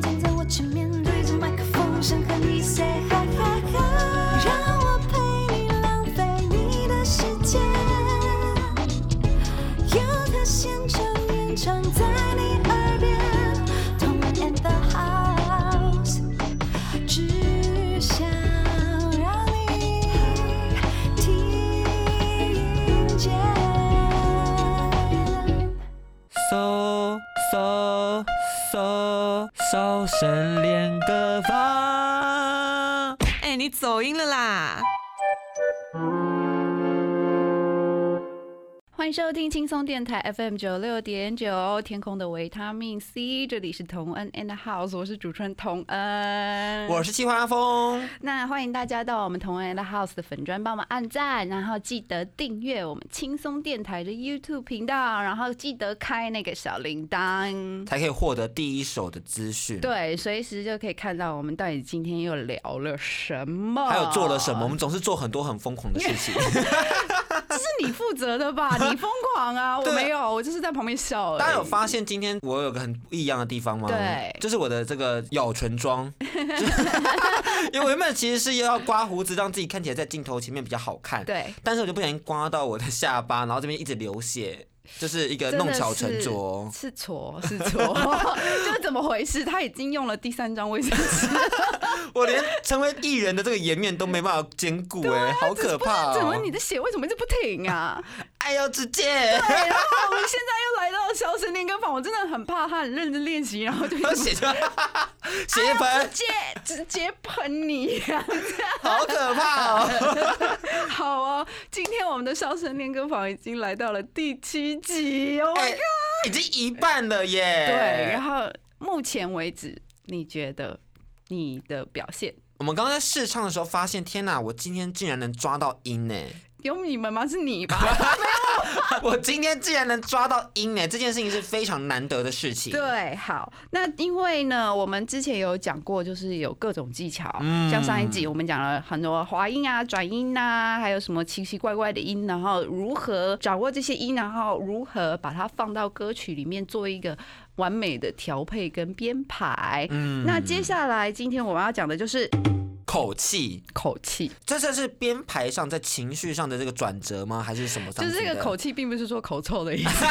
站在我前面，对着麦克风，想和你 say hi hi hi，让我陪你浪费你的时间。有个现场演唱在你耳边，同我 and the house，只想让你听见。搜搜搜搜神练歌房。哎，你走音了啦！欢迎收听轻松电台 FM 九六点九，天空的维他命 C，这里是童恩 and the house，我是主持人童恩。我是计划阿峰，那欢迎大家到我们童恩 and the house 的粉砖帮我们按赞，然后记得订阅我们轻松电台的 YouTube 频道，然后记得开那个小铃铛。才可以获得第一手的资讯。，对，随时就可以看到我们到底今天又聊了什么，还有做了什么？我们总是做很多很疯狂的事情。是你负责 的吧？你疯狂啊！我对没有，我就是在旁边笑而已。大家有发现今天我有个很不一样的地方吗？对就是我的这个咬唇妆，因为我原本其实是要刮胡子，让自己看起来在镜头前面比较好看。，对，但是我就不小心刮到我的下巴，然后这边一直流血，就是一个真的弄巧成是拙。是错是 错，就是怎么回事？他已经用了第三张卫生纸，我连成为艺人的这个颜面都没办法兼顾、哎、啊好可怕、怎么哦！你的血为什么一直不停 啊？爱要直接，对，然后我们现在又来到了消声练歌房，我真的很怕他很认真练习，然后就一然后直血就血一直盆，接直接喷你、啊。好可怕哦！ 好哦，今天我们的消声练歌房已经来到了第七集哦。哎已经一半了耶。对，然后目前为止，你觉得你的表现我们刚刚在试唱的时候发现，天哪，我今天竟然能抓到音 呢！有你们吗？是你吧？我今天竟然能抓到音呢！这件事情是非常难得的事情。，对，好，那因为呢，我们之前有讲过，就是有各种技巧，嗯像上一集我们讲了很多滑音啊、转音啊，还有什么奇奇怪怪的音，然后如何掌握这些音，然后如何把它放到歌曲里面做一个完美的调配跟编排。嗯那接下来今天我们要讲的就是口气，口气，这算是编排上在情绪上的这个转折吗？还是什么上就去的？是这个口气，并不是说口臭的意思。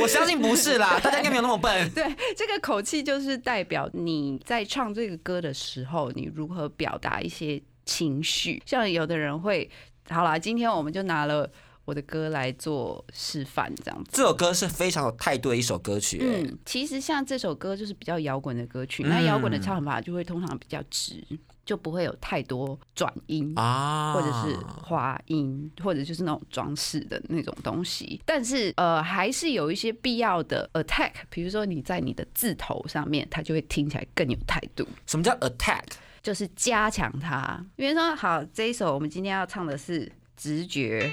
我相信不是啦，大家应该没有那么笨。对， 这个口气就是代表你在唱这个歌的时候，你如何表达一些情绪。像有的人会，好啦，今天我们就拿了我的歌来做示范，这样子。这首歌是非常有态度的一首歌曲、嗯，嗯，其实像这首歌就是比较摇滚的歌曲，那摇滚的唱法就会通常比较直，就不会有太多转音。啊，嗯或者是花音，或者就是那种装饰的那种东西。但是呃，还是有一些必要的 attack，比如说你在你的字头上面，它就会听起来更有态度，什么叫 attack？就是加强它。比如说，好，这一首我们今天要唱的是直觉。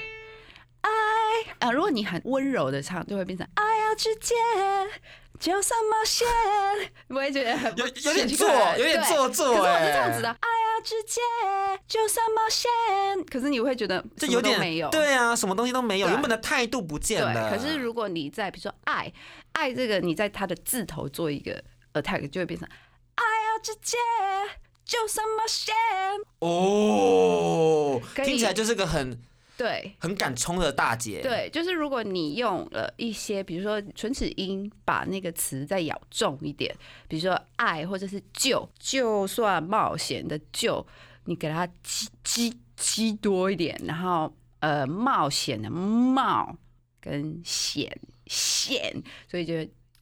爱啊、如果你很温柔的唱，就会变成爱要直接，就算冒险， 我也觉得很有有点奇做怪，有点对做作、欸。可是我是这样子的，，爱要直接，就算冒险。可是你会觉得这什么有都点没有，对啊，什么东西都没有，对原本的态度不见对。了。可是如果你在比如说爱爱这个，你在它的字头做一个 attack，就会变成爱要直接，就算冒险。哦，可以听起来就是个很对。很敢冲的大姐。，对，就是如果你用了一些，比如说唇齿音，把那个词再咬重一点，比如说爱或者是就，就算冒险的就，你给它积积积多一点，然后呃冒险的冒跟险险，所以就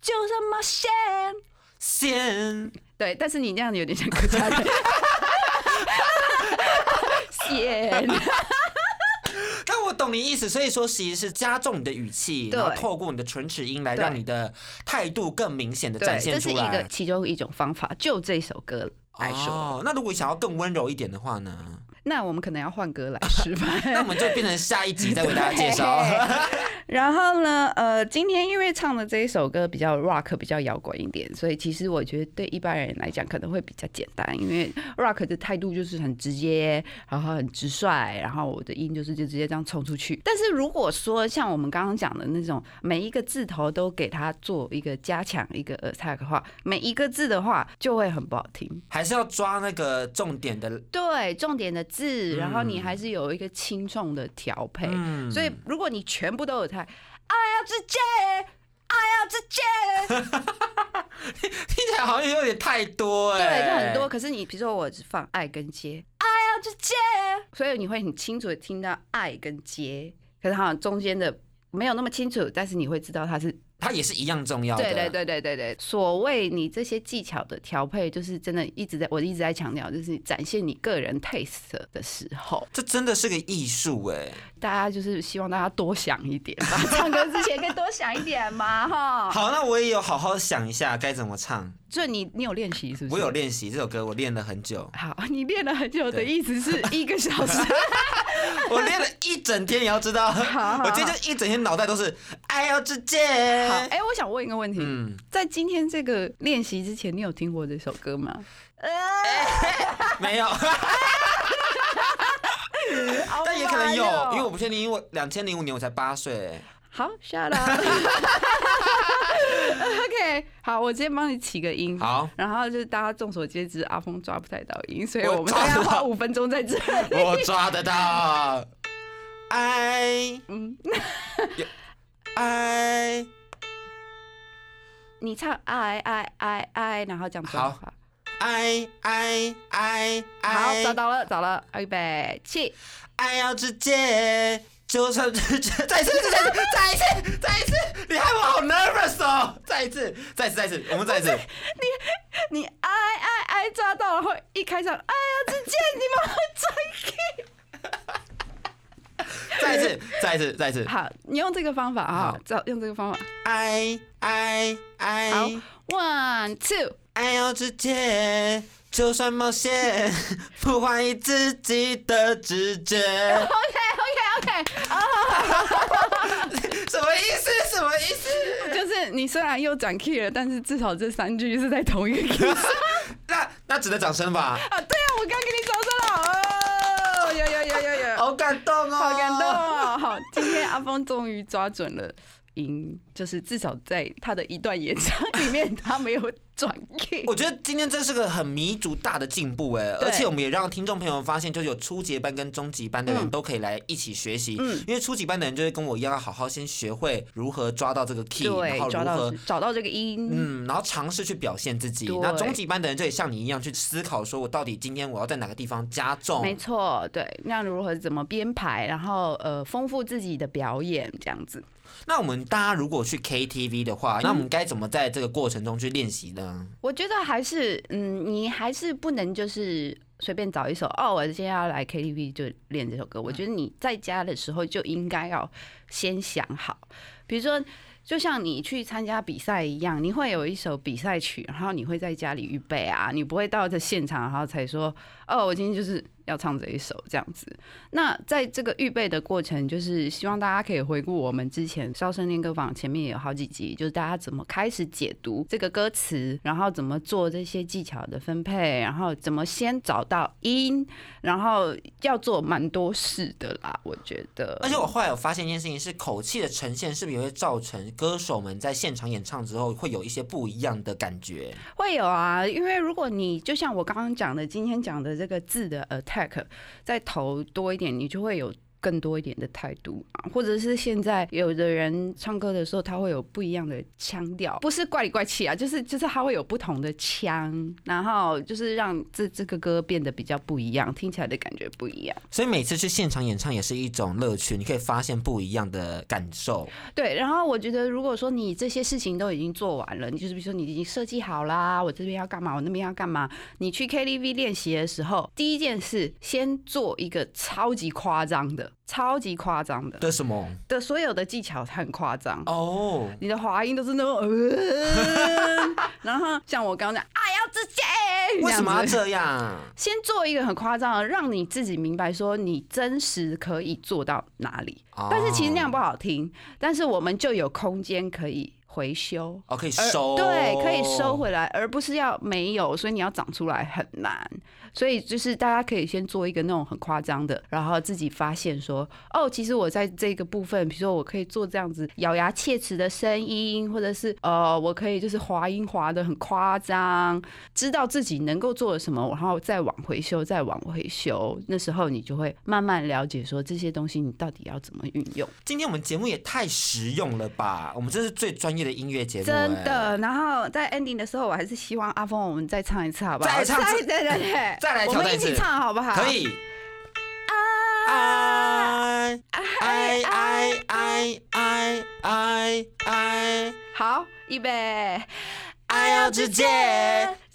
就算冒险，先对，但是你那样有点像客家人。 险，但我懂你意思，所以说其实是加重你的语气，对然后透过你的唇齿音来对让你的态度更明显的对，展这现是一出个来。其中一种方法。就这首歌来说，哦，那如果想要更温柔一点的话 呢？ 那我们可能要换歌来示范。那我们就变成下一集再为大家介绍。 然后呢，呃，今天因为唱的这一首歌比较 rock，比较摇滚一点，所以其实我觉得对一般人来讲可能会比较简单，因为 rock 的态度就是很直接，然后很直率，然后我的音就是就直接这样冲出去。但是如果说像我们刚刚讲的那种，每一个字头都给它做一个加强，一个 attack 的话，每一个字的话就会很不好听。 还是要抓那个重点的，对，重点的字，然后你嗯还是有一个轻重的调配。嗯，所以如果你全部都有太，爱要直接，爱要直接，听起来好像有点太多哎、对，就很多。可是你比如说我只放爱跟接，爱要直接，所以你会很清楚的听到爱跟接，可是好像中间的。没有那么清楚，但是你会知道它是它也是一样重要的。对对对对对对。所谓你这些技巧的调配，就是真的一直在，我一直在强调，就是展现你个人 taste 的时候，这真的是个艺术哎，大家就是希望大家多想一点吧，唱歌之前可以多想一点嘛，哈。好，那我也有好好想一下该怎么唱。就你你有练习是不我是？，有。练习这首歌，我练了很久好， 你练了很久的对意思是一个小 时，我练了一整天，你要知 道，好好我今天就一整天脑袋都是哎爱要之好，剑。哎、我想问一个问题，嗯，在今天这个练习之前，你有听过这首 歌吗？没 有，但也可能有，因为我不确定，因为我两千零五年我才八岁。好 ，shut up。OK，好，我直接帮你起个音。好，然后就是大家众所皆知，阿峰抓不太到音，所以我我们抓大概不到花五分钟在这里。 我抓得到，爱嗯， 爱，你唱哎哎哎哎，然后讲中好文话。爱爱爱好，找爱，到了，找了，预备起。爱要之剑，就算之剑，再一次，再一次，再一次，再一次，你害我好 nervous 哦！再一次，再一次，再一次，我们再一次，你哎哎哎抓到，然后一开场，哎呀，之见你们会追给。再一次，再一次，再一次，好，你用这个方法啊好，找用这个方法。爱爱好爱， ，one two， 爱要之剑，就算冒险，不怀疑自己的直觉。 OK OK 什么意思？什么意思？ OK，就是你虽然又转 key 了，但是至少这三句是在同一个 key 上。那那只能掌声吧，啊，对啊，我刚给你掌声了，哦，有有有有有，好感动哦，好感动。哦。好，今天阿峰终于抓准了。音，就是至少在他的一段演唱里面，他没有转 key。我觉得今天真是个很弥足大的进步哎，对而且我们也让听众朋友发现，就是有初级班跟中级班的人嗯都可以来一起学习，嗯因为初级班的人就会跟我一样，要好好先学会如何抓到这个 key，然后对，如抓到何。找到这个音，嗯，然后尝试去表现自己对。那中级班的人就也像你一样去思考，说我到底今天我要在哪个地方加重？没错，对，那如何怎么编排，然后呃，丰富自己的表演这样子。那我们大家如果去 KTV 的话，那我们该怎么在这个过程中去练习呢？我觉得还是，嗯，你还是不能就是随便找一首哦，我今天要来 KTV 就练这首歌。我觉得你在家的时候就应该要先想好，比如说。就像你去参加比赛一样，你会有一首比赛曲，然后你会在家里预备啊，你不会到这现场然后才说哦，我今天就是要唱这一首这样子。那在这个预备的过程，就是希望大家可以回顾我们之前《笑声练歌坊》前面也有好几集，就是大家怎么开始解读这个歌词，然后怎么做这些技巧的分配，然后怎么先找到音，然后要做蛮多事的啦，我觉得。而且我后来有发现一件事情，是口气的呈现是不是也会造成歌手们在现场演唱之后会有一些不一样的感觉？会有啊，因为如果你就像我刚刚讲的，今天讲的这个字的 attack 在头多一点，你就会有。更多一点的态度啊，或者是现在有的人唱歌的时候，他会有不一样的腔调，不是怪里怪气啊，就是就是他会有不同的腔，然后就是让这这个歌变得比较不一样，听起来的感觉不一样。所以每次去现场演唱也是一种乐趣，你可以发现不一样的感受。对，然后我觉得，如果说你这些事情都已经做完了，你就是比如说你已经设计好啦，我这边要干嘛，我那边要干嘛，你去 KTV 练习的时候，第一件事先做一个超级夸张的、超级夸张的这是什么？的所有的技巧很夸张。哦， 你的滑音都是那种，呃、然后像我刚刚讲，哎呀要自信。为什么要样子这样？先做一个很夸张的，让你自己明白说你真实可以做到哪里。哦但是其实那样不好听，但是我们就有空间可以回修。哦，可以而收，呃对，可以收。回来，而不是要没有，所以你要长出来很难。所以就是大家可以先做一个那种很夸张的，然后自己发现说，哦，其实我在这个部分，比如说我可以做这样子咬牙切齿的声音，或者是呃，我可以就是滑音滑的很夸张，知道自己能够做什么，然后再往回修，再往回修，那时候你就会慢慢了解说这些东西你到底要怎么运用。今天我们节目也太实用了吧？我们这是最专业的音乐节目、真哎。的，然后在 ending 的时候，我还是希望阿峰我们再唱一次，好不好？再唱对对对，再来挑战我们一一起次唱好不好？可。以。爱爱爱爱爱爱爱好，预备，爱要直接，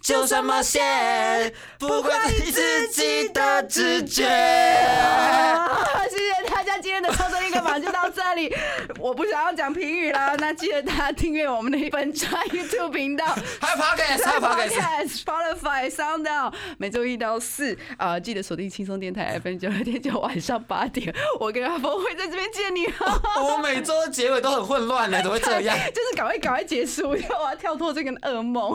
就算冒险，不管你自己的直觉。啊谢谢大家今天的超声一个榜就到这 里。我不想要讲评语啦，那记得大家订阅我们的一本专 YouTube 频道。还有 podcast，还有 podcast。 Spotify、Sound On，每周一到四啊、呃记得锁定轻松电台 FM 九二点九，晚上八点，我跟阿峰会在这边见你哦。我每周的结尾都很混乱呢，怎么会这样？就是赶快赶快结束，因为我要跳脱这个噩梦。